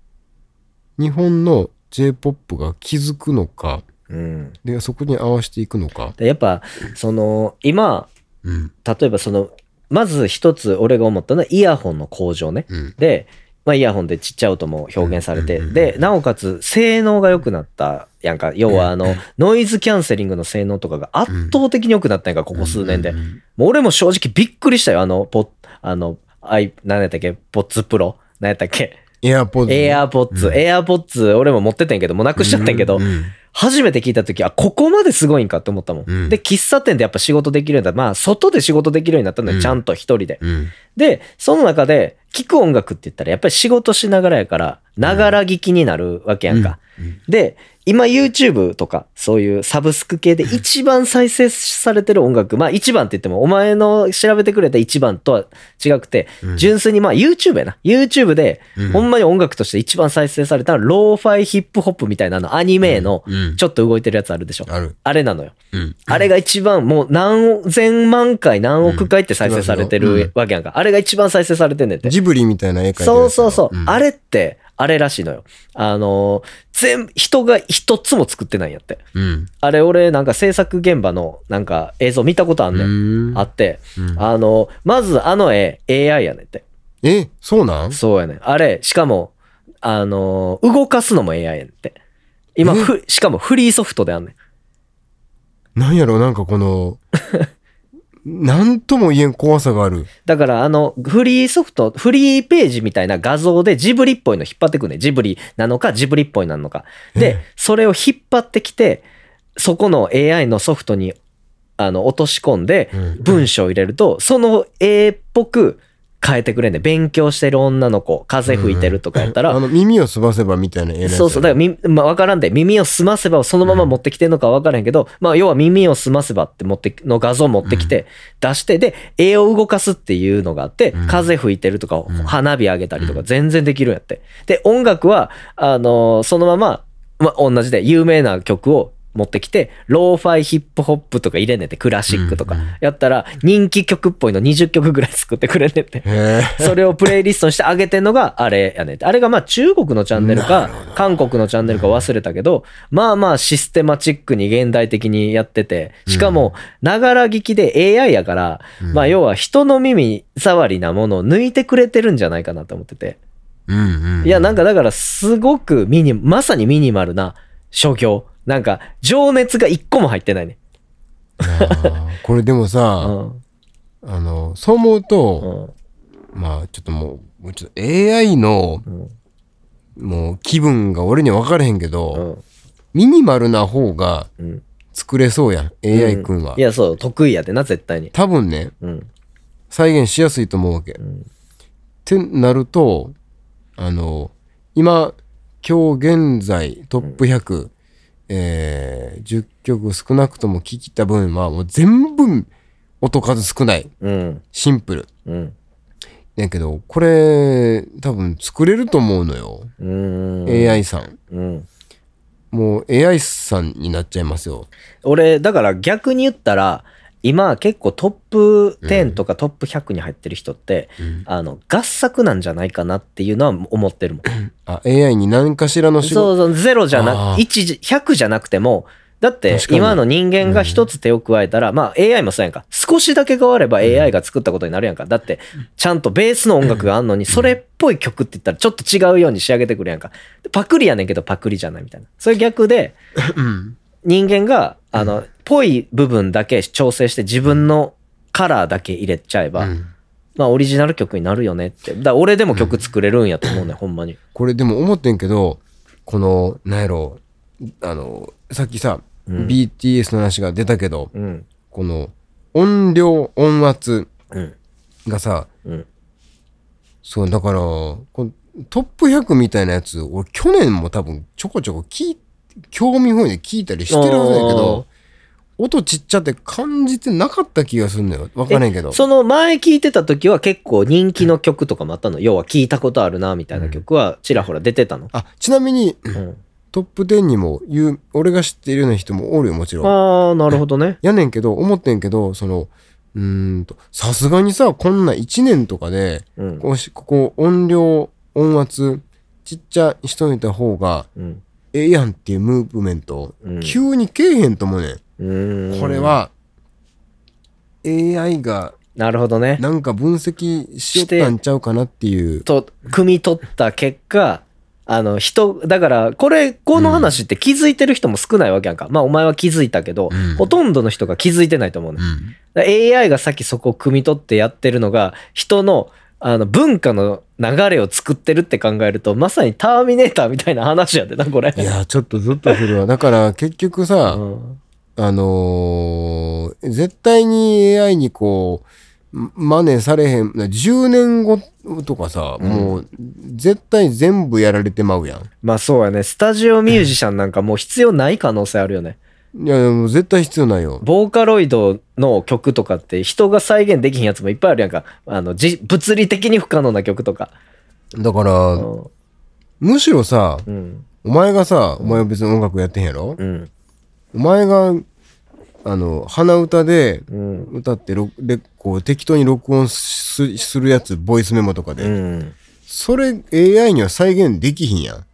[SPEAKER 1] 日本の J-POP が気づくのか、
[SPEAKER 2] うん。
[SPEAKER 1] で、そこに合わせていくのか。
[SPEAKER 2] でやっぱ、その、今、
[SPEAKER 1] うん。
[SPEAKER 2] 例えばその、まず一つ俺が思ったのはイヤホンの向上ね。
[SPEAKER 1] うん。
[SPEAKER 2] で、まあ、イヤホンでちっちゃい音も表現されて、
[SPEAKER 1] うん
[SPEAKER 2] で、なおかつ性能が良くなったやんか。要はあ
[SPEAKER 1] う
[SPEAKER 2] の
[SPEAKER 1] ん、
[SPEAKER 2] ノイズキャンセリングの性能とかが圧倒的に良くなったやんか、ここ数年で
[SPEAKER 1] うん。。うん
[SPEAKER 2] もう俺も正直びっくりしたよ。あの、ポッ、あの、アイ、何やったっけポッツプロ何やったっけ
[SPEAKER 1] エアポッド。
[SPEAKER 2] エアポッツ、
[SPEAKER 1] うん
[SPEAKER 2] エアポッツ、俺も持っててんけど、もうなくしちゃったんけ
[SPEAKER 1] う
[SPEAKER 2] ど、
[SPEAKER 1] うん
[SPEAKER 2] 初めて聞いた時、あ、ここまですごいんかって思ったもん。
[SPEAKER 1] うん
[SPEAKER 2] で、喫茶店でやっぱ仕事できるようになった。まあ、外で仕事できるようになったんだよ、
[SPEAKER 1] うん
[SPEAKER 2] ちゃんと一人で。
[SPEAKER 1] うん。
[SPEAKER 2] で、その中で、聞く音楽って言ったら、やっぱり仕事しながらやから、ながら聞きになるわけやんか。
[SPEAKER 1] うん。
[SPEAKER 2] で、今 YouTube とか、そういうサブスク系で一番再生されてる音楽、まあ一番って言っても、お前の調べてくれた一番とは違くて、
[SPEAKER 1] うん
[SPEAKER 2] 純粋にまあ YouTube やな。YouTube で
[SPEAKER 1] うん、
[SPEAKER 2] ほんまに音楽として一番再生されたのは、ローファイヒップホップみたいなの、アニメの、
[SPEAKER 1] うん
[SPEAKER 2] ちょっと動いてるやつあるでしょ。
[SPEAKER 1] ある。
[SPEAKER 2] あれなのよ。
[SPEAKER 1] うん。
[SPEAKER 2] あれが一番、もう何千万回、何億回って再生されて
[SPEAKER 1] うんうん
[SPEAKER 2] るわけやんか。あれが一番再生されてんねんって。
[SPEAKER 1] ジブリみたいな絵描いてるやつ
[SPEAKER 2] そうそうそう。
[SPEAKER 1] ん
[SPEAKER 2] あれって、あれらしいのよ。あのー、全、人が一つも作ってないんやって。
[SPEAKER 1] うん。
[SPEAKER 2] あれ、俺、なんか制作現場の、なんか映像見たことあんねん。
[SPEAKER 1] うん
[SPEAKER 2] あって、
[SPEAKER 1] うん
[SPEAKER 2] あのー、まずあの絵、AI やねんって。
[SPEAKER 1] え、そうなん
[SPEAKER 2] そうやねん。あれ、しかも、あのー、動かすのも AI やねんって。今、
[SPEAKER 1] え
[SPEAKER 2] ふしかもフリーソフトであんねん。
[SPEAKER 1] なんやろなんかこ の、なんとも言えん怖さがある。
[SPEAKER 2] だからあのフリーソフトフリーページみたいな画像でジブリっぽいの引っ張ってくねジブリなのかジブリっぽいなのか
[SPEAKER 1] え
[SPEAKER 2] でそれを引っ張ってきてそこの AI のソフトにあの落とし込んで
[SPEAKER 1] うん
[SPEAKER 2] 文章を入れるとその絵っぽく変えてくれんね勉強してる女の子風吹いてるとかやったら、
[SPEAKER 1] あの、耳をすばせばみたいな絵のやつ
[SPEAKER 2] そうそう。だからみ、まあ、わからんで、耳をすませばをそのまま持ってきてるのかわからへんけど、まあ、要は耳をすませばって持ってき、の画像を持ってきて、出して、で、絵を動かすっていうのがあって、
[SPEAKER 1] うん
[SPEAKER 2] 風吹いてるとか、
[SPEAKER 1] ん
[SPEAKER 2] 花火上げたりと
[SPEAKER 1] う
[SPEAKER 2] か、全然できるんやって。で、音楽は、あのーそのまま、まあ、同じで、有名な曲を持ってきて、ローファイヒップホップとか入れんねんて、クラシックとか
[SPEAKER 1] うんうん。
[SPEAKER 2] やったら、人気曲っぽいの20曲ぐらい作ってくれんねんて。
[SPEAKER 1] へえ。
[SPEAKER 2] それをプレイリストにして上げてんのがあれやねんて。あれがまあ中国のチャンネル
[SPEAKER 1] な
[SPEAKER 2] か
[SPEAKER 1] るほど、
[SPEAKER 2] 韓国のチャンネルか忘れたけど、まあまあシステマチックに現代的にやってて、しかも、ながら聞きで AI やから、
[SPEAKER 1] うん
[SPEAKER 2] まあ要は人の耳障りなものを抜いてくれてるんじゃないかなと思ってて。
[SPEAKER 1] うんうん。
[SPEAKER 2] いや、なんかだからすごくミニ、まさにミニマルな商業。なんか、情熱が一個も入ってないね。
[SPEAKER 1] あーこれでも
[SPEAKER 2] う
[SPEAKER 1] さ、
[SPEAKER 2] ん。
[SPEAKER 1] あの、そう思う
[SPEAKER 2] う
[SPEAKER 1] と、
[SPEAKER 2] ん。
[SPEAKER 1] まあちょっともう、もうちょっと AI の、
[SPEAKER 2] うん。
[SPEAKER 1] もう気分が俺には分からへんけど、
[SPEAKER 2] うん
[SPEAKER 1] ミニマルな方が
[SPEAKER 2] うん。
[SPEAKER 1] 作れそうやん、AI 君は。
[SPEAKER 2] いや、そう、得意やでな、絶対に。
[SPEAKER 1] 多分ね、
[SPEAKER 2] うん。
[SPEAKER 1] 再現しやすいと思うわけ。っ
[SPEAKER 2] うん。
[SPEAKER 1] てなると、あの、今、今日現在トップ100、えー10曲少なくとも聴きた分は、もう全部音数少ない。
[SPEAKER 2] うん。
[SPEAKER 1] シンプル。
[SPEAKER 2] うん。
[SPEAKER 1] やけど、これ、多分作れると思うのよ。
[SPEAKER 2] うん。
[SPEAKER 1] AI さん。
[SPEAKER 2] うん。
[SPEAKER 1] もう AI さんになっちゃいますよ。
[SPEAKER 2] 俺、だから逆に言ったら、今結構トップ10とかトップ100に入ってる人って、あの、合作なんじゃないかなっていうのは思ってるもん。
[SPEAKER 1] あ、AI に何かしらの仕
[SPEAKER 2] そ
[SPEAKER 1] 事。
[SPEAKER 2] うそう、ゼロじゃ
[SPEAKER 1] あ
[SPEAKER 2] な
[SPEAKER 1] ー
[SPEAKER 2] く、一時100じゃなくても、だって
[SPEAKER 1] 確かに
[SPEAKER 2] 今の人間が一つ手を加えたら、まあ AI もそうやんか。少しだけ変われば AI が作ったことになるやんか。だって、ちゃんとベースの音楽があんのに、それっぽい曲って言ったらちょっと違うように仕上げてくるやんか。でパクリやねんけどパクリじゃないみたいな。それ逆で、
[SPEAKER 1] うん。
[SPEAKER 2] 人間が、あの、ぽい部分だけ調整して自分のカラーだけ入れちゃえば、
[SPEAKER 1] うん
[SPEAKER 2] まあオリジナル曲になるよねって。だから俺でも曲作れるんやと思うね、ほんまに。
[SPEAKER 1] これでも思ってんけど、この、なんやろ、あの、さっきさ、
[SPEAKER 2] うん
[SPEAKER 1] BTS の話が出たけど、
[SPEAKER 2] うん。
[SPEAKER 1] この音量、音圧
[SPEAKER 2] うん。
[SPEAKER 1] がさ、
[SPEAKER 2] うん。
[SPEAKER 1] そう、だから、このトップ100みたいなやつ、俺去年も多分ちょこちょこ聞い、興味本位で聞いたりしてるはずやけど、音ちっちゃって感じてなかった気がするんだよ。わかんないけど。
[SPEAKER 2] その前聞いてた時は結構人気の曲とかもあったの。要は聞いたことあるな、みたいな曲はちらほら出てたの。
[SPEAKER 1] あ、ちなみに、
[SPEAKER 2] うん。
[SPEAKER 1] トップ10にも言う、俺が知っているような人もおるよ、もちろん。
[SPEAKER 2] ああ、なるほどね。
[SPEAKER 1] やねんけど、思ってんけど、その、うーんと、さすがにさ、こんな1年とかで、
[SPEAKER 2] うん。
[SPEAKER 1] こうしここ音量、音圧、ちっちゃいしといた方が
[SPEAKER 2] うん。
[SPEAKER 1] ええやんっていうムーブメント、
[SPEAKER 2] うん
[SPEAKER 1] 急にけえへんと思うねん。
[SPEAKER 2] うん
[SPEAKER 1] これ。は、AI が
[SPEAKER 2] なるほどね。
[SPEAKER 1] なんか分析しよったんちゃうかなっていう。
[SPEAKER 2] と、汲み取った結果、あの、人、だから、これ、この話って気づいてる人も少ないわけやんか。まあ、お前は気づいたけど、
[SPEAKER 1] うん
[SPEAKER 2] ほとんどの人が気づいてないと思うね。
[SPEAKER 1] うん
[SPEAKER 2] だから AI がさっきそこを汲み取ってやってるのが人のあの文化の流れを作ってるって考えるとまさにターミネーターみたいな話やでなこれ。
[SPEAKER 1] いや、ちょっとずっとするわ。だから結局さ、
[SPEAKER 2] うん
[SPEAKER 1] あのー絶対に AI にこう、ん真似されへん。10年後とかさ、
[SPEAKER 2] うん
[SPEAKER 1] もう、絶対全部やられてまうやん。
[SPEAKER 2] まあそうやねスタジオミュージシャンなんかもう必要ない可能性あるよね。
[SPEAKER 1] いや、もう絶対必要ないよ。
[SPEAKER 2] ボーカロイドの曲とかって人が再現できひんやつもいっぱいあるやんかあのじ物理的に不可能な曲とか。
[SPEAKER 1] だから、
[SPEAKER 2] うん
[SPEAKER 1] むしろさ、
[SPEAKER 2] うん
[SPEAKER 1] お前がさ、お前は別に音楽やってへんやろ、
[SPEAKER 2] うん
[SPEAKER 1] お前が、あの、鼻歌で、
[SPEAKER 2] うん
[SPEAKER 1] 歌ってろで、こう、適当に録音すするやつ、ボイスメモとかで。
[SPEAKER 2] うん
[SPEAKER 1] それ、AI には再現できひんやん。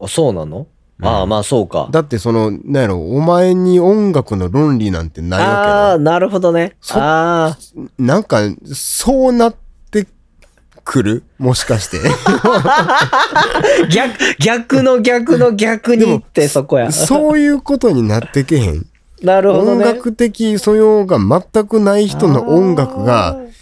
[SPEAKER 2] あそうなの、ああまあそうか。
[SPEAKER 1] だってその、なんやろ、お前に音楽の論理なんてない
[SPEAKER 2] ああ
[SPEAKER 1] わ
[SPEAKER 2] ーなるほどね。
[SPEAKER 1] そ
[SPEAKER 2] ああ。
[SPEAKER 1] けよ。なんか、そうなってくるもしか して。
[SPEAKER 2] 逆、逆の逆の逆にってそこや。
[SPEAKER 1] そういうことになってけへん。
[SPEAKER 2] なるほど
[SPEAKER 1] 音
[SPEAKER 2] ね。
[SPEAKER 1] 楽的素養が全くない人の音楽
[SPEAKER 2] あ
[SPEAKER 1] が、
[SPEAKER 2] ー。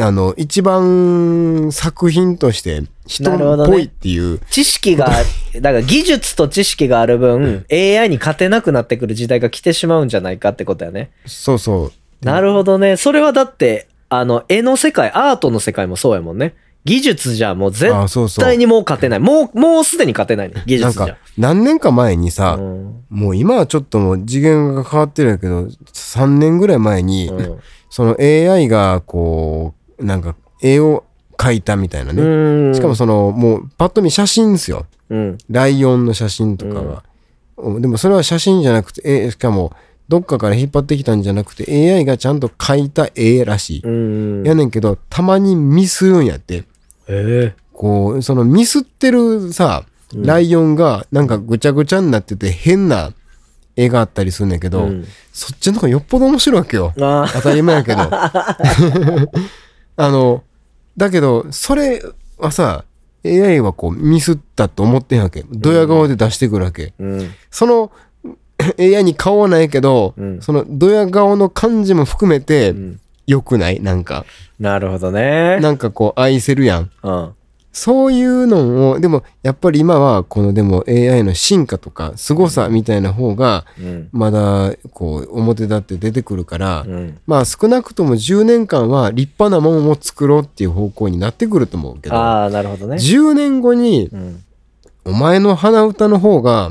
[SPEAKER 1] あの、一番作品として人
[SPEAKER 2] なるほ
[SPEAKER 1] っ
[SPEAKER 2] ど
[SPEAKER 1] ぽい
[SPEAKER 2] ね
[SPEAKER 1] っていう。
[SPEAKER 2] 知識が、だから技術と知識がある分、AI に勝てなくなってくる時代が来てしまうんじゃないかってことやね。
[SPEAKER 1] そうそう。
[SPEAKER 2] なるほどね。それはだって、あの、絵の世界、アートの世界もそうやもんね。技術じゃもう絶
[SPEAKER 1] あーそうそう
[SPEAKER 2] 対にもう勝てない。もう、もうすでに勝てない、ね、技
[SPEAKER 1] なん
[SPEAKER 2] 術じ
[SPEAKER 1] か
[SPEAKER 2] ゃ。、
[SPEAKER 1] 何年か前にさ、
[SPEAKER 2] うん
[SPEAKER 1] もう今はちょっともう次元が変わってるやけど、3年ぐらい前に、
[SPEAKER 2] うん
[SPEAKER 1] その AI がこうなんか絵を描いたみたいなね、
[SPEAKER 2] うん
[SPEAKER 1] しかもそのもうパッと見写真ですよ
[SPEAKER 2] うん。
[SPEAKER 1] ライオンの写真とかが、うんでもそれは写真じゃなくて、えしかも、どっかから引っ張ってきたんじゃなくて、AI がちゃんと描いた絵らしい。
[SPEAKER 2] うん。
[SPEAKER 1] やねんけど、たまにミスるんやって。
[SPEAKER 2] え
[SPEAKER 1] こう、そのミスってるさ、
[SPEAKER 2] うん
[SPEAKER 1] ライオンがなんかぐちゃぐちゃになってて変な絵があったりするんだけ
[SPEAKER 2] え
[SPEAKER 1] ど、
[SPEAKER 2] うん
[SPEAKER 1] そっちの方がよっぽど面白いわけよ。
[SPEAKER 2] あー
[SPEAKER 1] 当たり前やけど。 あの、だけど、それはさ、AI はこうミスったと思ってんわけ。ドヤ顔で出してくるわけ。
[SPEAKER 2] うん。
[SPEAKER 1] その AI に顔はないけど、
[SPEAKER 2] うん
[SPEAKER 1] そのドヤ顔の感じも含めて
[SPEAKER 2] うん
[SPEAKER 1] 良くないなんか。
[SPEAKER 2] なるほどね。
[SPEAKER 1] なんかこう愛せるやん。
[SPEAKER 2] うん。
[SPEAKER 1] そういうのを、でもやっぱり今はこのでも AI の進化とか凄さみたいな方が
[SPEAKER 2] うん。
[SPEAKER 1] まだこう表立って出てくるから、
[SPEAKER 2] うん。
[SPEAKER 1] まあ少なくとも10年間は立派なものを作ろうっていう方向になってくると思うけど、
[SPEAKER 2] ああ、なるほどね。
[SPEAKER 1] 10年後に
[SPEAKER 2] うん。
[SPEAKER 1] お前の鼻歌の方が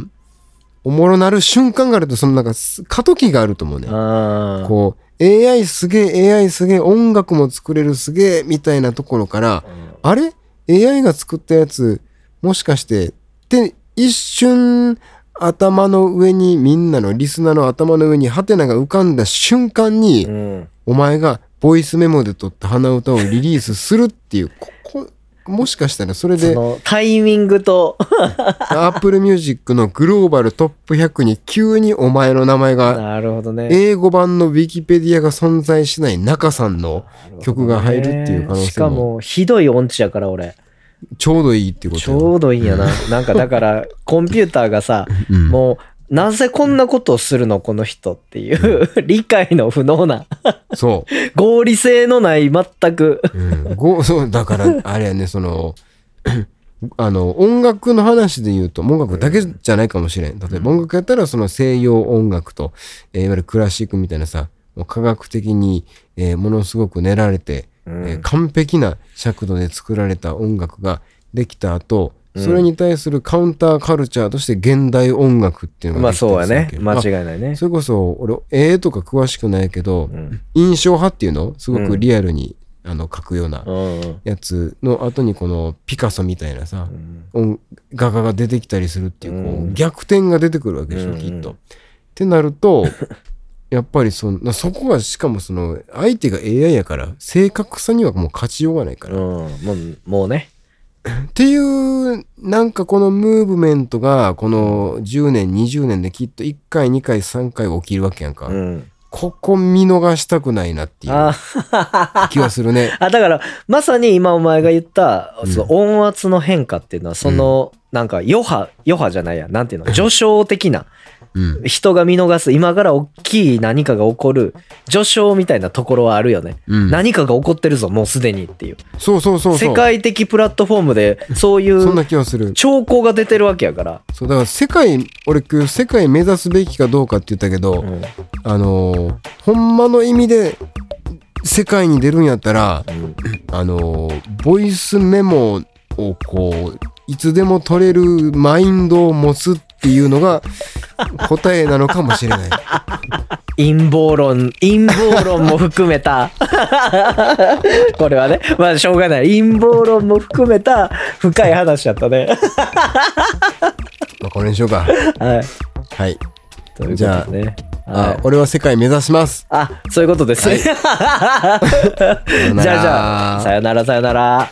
[SPEAKER 1] おもろなる瞬間があるとそのなんかす過渡期があると思うね。
[SPEAKER 2] ああ。
[SPEAKER 1] こう AI すげえ AI すげえ音楽も作れるすげえみたいなところから
[SPEAKER 2] うん
[SPEAKER 1] あれ AI が作ったやつもしかしてって一瞬頭の上にみんなのリスナーの頭の上にハテナが浮かんだ瞬間に、
[SPEAKER 2] うん。
[SPEAKER 1] お前がボイスメモで撮った鼻歌をリリースするっていうここもしかしたらそれ
[SPEAKER 2] そ
[SPEAKER 1] で
[SPEAKER 2] のタイミングと、
[SPEAKER 1] Apple Music のグローバルトップ100に急にお前の名前が
[SPEAKER 2] なるほどね。
[SPEAKER 1] 英語版の Wikipedia が存在しない中さんの曲が入るっていう可能性も
[SPEAKER 2] しかも、ひどい音痴やから俺。
[SPEAKER 1] ちょうどいいっていうこ
[SPEAKER 2] ち
[SPEAKER 1] とよ
[SPEAKER 2] ょうどいいんやな。なんかだ から、コンピューターがさ、
[SPEAKER 1] うん
[SPEAKER 2] もう、なぜこんなことをするのこの人っていう、理解の不能な、
[SPEAKER 1] そ
[SPEAKER 2] 合理性のない、全く。
[SPEAKER 1] う,、うん、ごそうだからあれやねその あの音楽の話で言うと音楽だけじゃないかもしれん例えば音楽やったらその西洋音楽と、えーいわゆるクラシックみたいなさもう科学的に、えーものすごく練られて、えー完璧な尺度で作られた音楽ができた後それに対するカウンターカルチャーとして現代音楽っていうのが
[SPEAKER 2] まあ
[SPEAKER 1] できた
[SPEAKER 2] そう
[SPEAKER 1] り
[SPEAKER 2] や
[SPEAKER 1] するわけ。
[SPEAKER 2] ね
[SPEAKER 1] よ
[SPEAKER 2] 間違いないね。
[SPEAKER 1] それこそ俺絵とか詳しくないけど、
[SPEAKER 2] うん。
[SPEAKER 1] 印象派っていうのすごくリアルに、あの描くような
[SPEAKER 2] うん。
[SPEAKER 1] やつの後にこのピカソみたいなさ、音画家が出てきたりするっていうこう、
[SPEAKER 2] うん
[SPEAKER 1] 逆転が出てくるわけでしょ、
[SPEAKER 2] うんうん
[SPEAKER 1] きっと。ってなる とやっぱりそんなそこがしかもその相手が AI やから正確さにはもう勝ちようがないから。
[SPEAKER 2] うん。もう、もうね。
[SPEAKER 1] っていうなんかこのムーブメントがこの10年20年できっと1回2回3回起きるわけやんか。
[SPEAKER 2] うん。
[SPEAKER 1] ここ見逃したくないなっていう
[SPEAKER 2] あー
[SPEAKER 1] 気はする ね。
[SPEAKER 2] あ、だから、まさに今お前が言った、
[SPEAKER 1] ん
[SPEAKER 2] その音圧の変化っていうのは、その、なんか余波、余波じゃないや、なん ていうの、序章的な、
[SPEAKER 1] うん。
[SPEAKER 2] 人が見逃す、今から大きい何かが起こる、序章みたいなところはあるよね。
[SPEAKER 1] うん
[SPEAKER 2] 何かが起こってるぞ、もうすでにっていう。
[SPEAKER 1] そうそうそうそう。
[SPEAKER 2] 世界的プラットフォームで、そうい
[SPEAKER 1] そん
[SPEAKER 2] う
[SPEAKER 1] な気はする。
[SPEAKER 2] 兆候が出てるわけやから。
[SPEAKER 1] そうだから世界俺今日世界目指すべきかどうかって言ったけど、
[SPEAKER 2] うん
[SPEAKER 1] あのーほんまの意味で世界に出るんやったら
[SPEAKER 2] うん
[SPEAKER 1] あのーボイスメモをこういつでも取れるマインドを持つっていうの が答えなのかもしれない。
[SPEAKER 2] 陰謀論、陰謀論も含め た、これはね、まあしょうがない。陰謀論も含めた深い話だったね。
[SPEAKER 1] まあこれにしようか。
[SPEAKER 2] はい。
[SPEAKER 1] はい。
[SPEAKER 2] ということ
[SPEAKER 1] じゃあ
[SPEAKER 2] でね。は
[SPEAKER 1] あ
[SPEAKER 2] い
[SPEAKER 1] 俺は世界目指します。
[SPEAKER 2] あ、そういうことですね。じゃあじゃあ、さよならさよなら。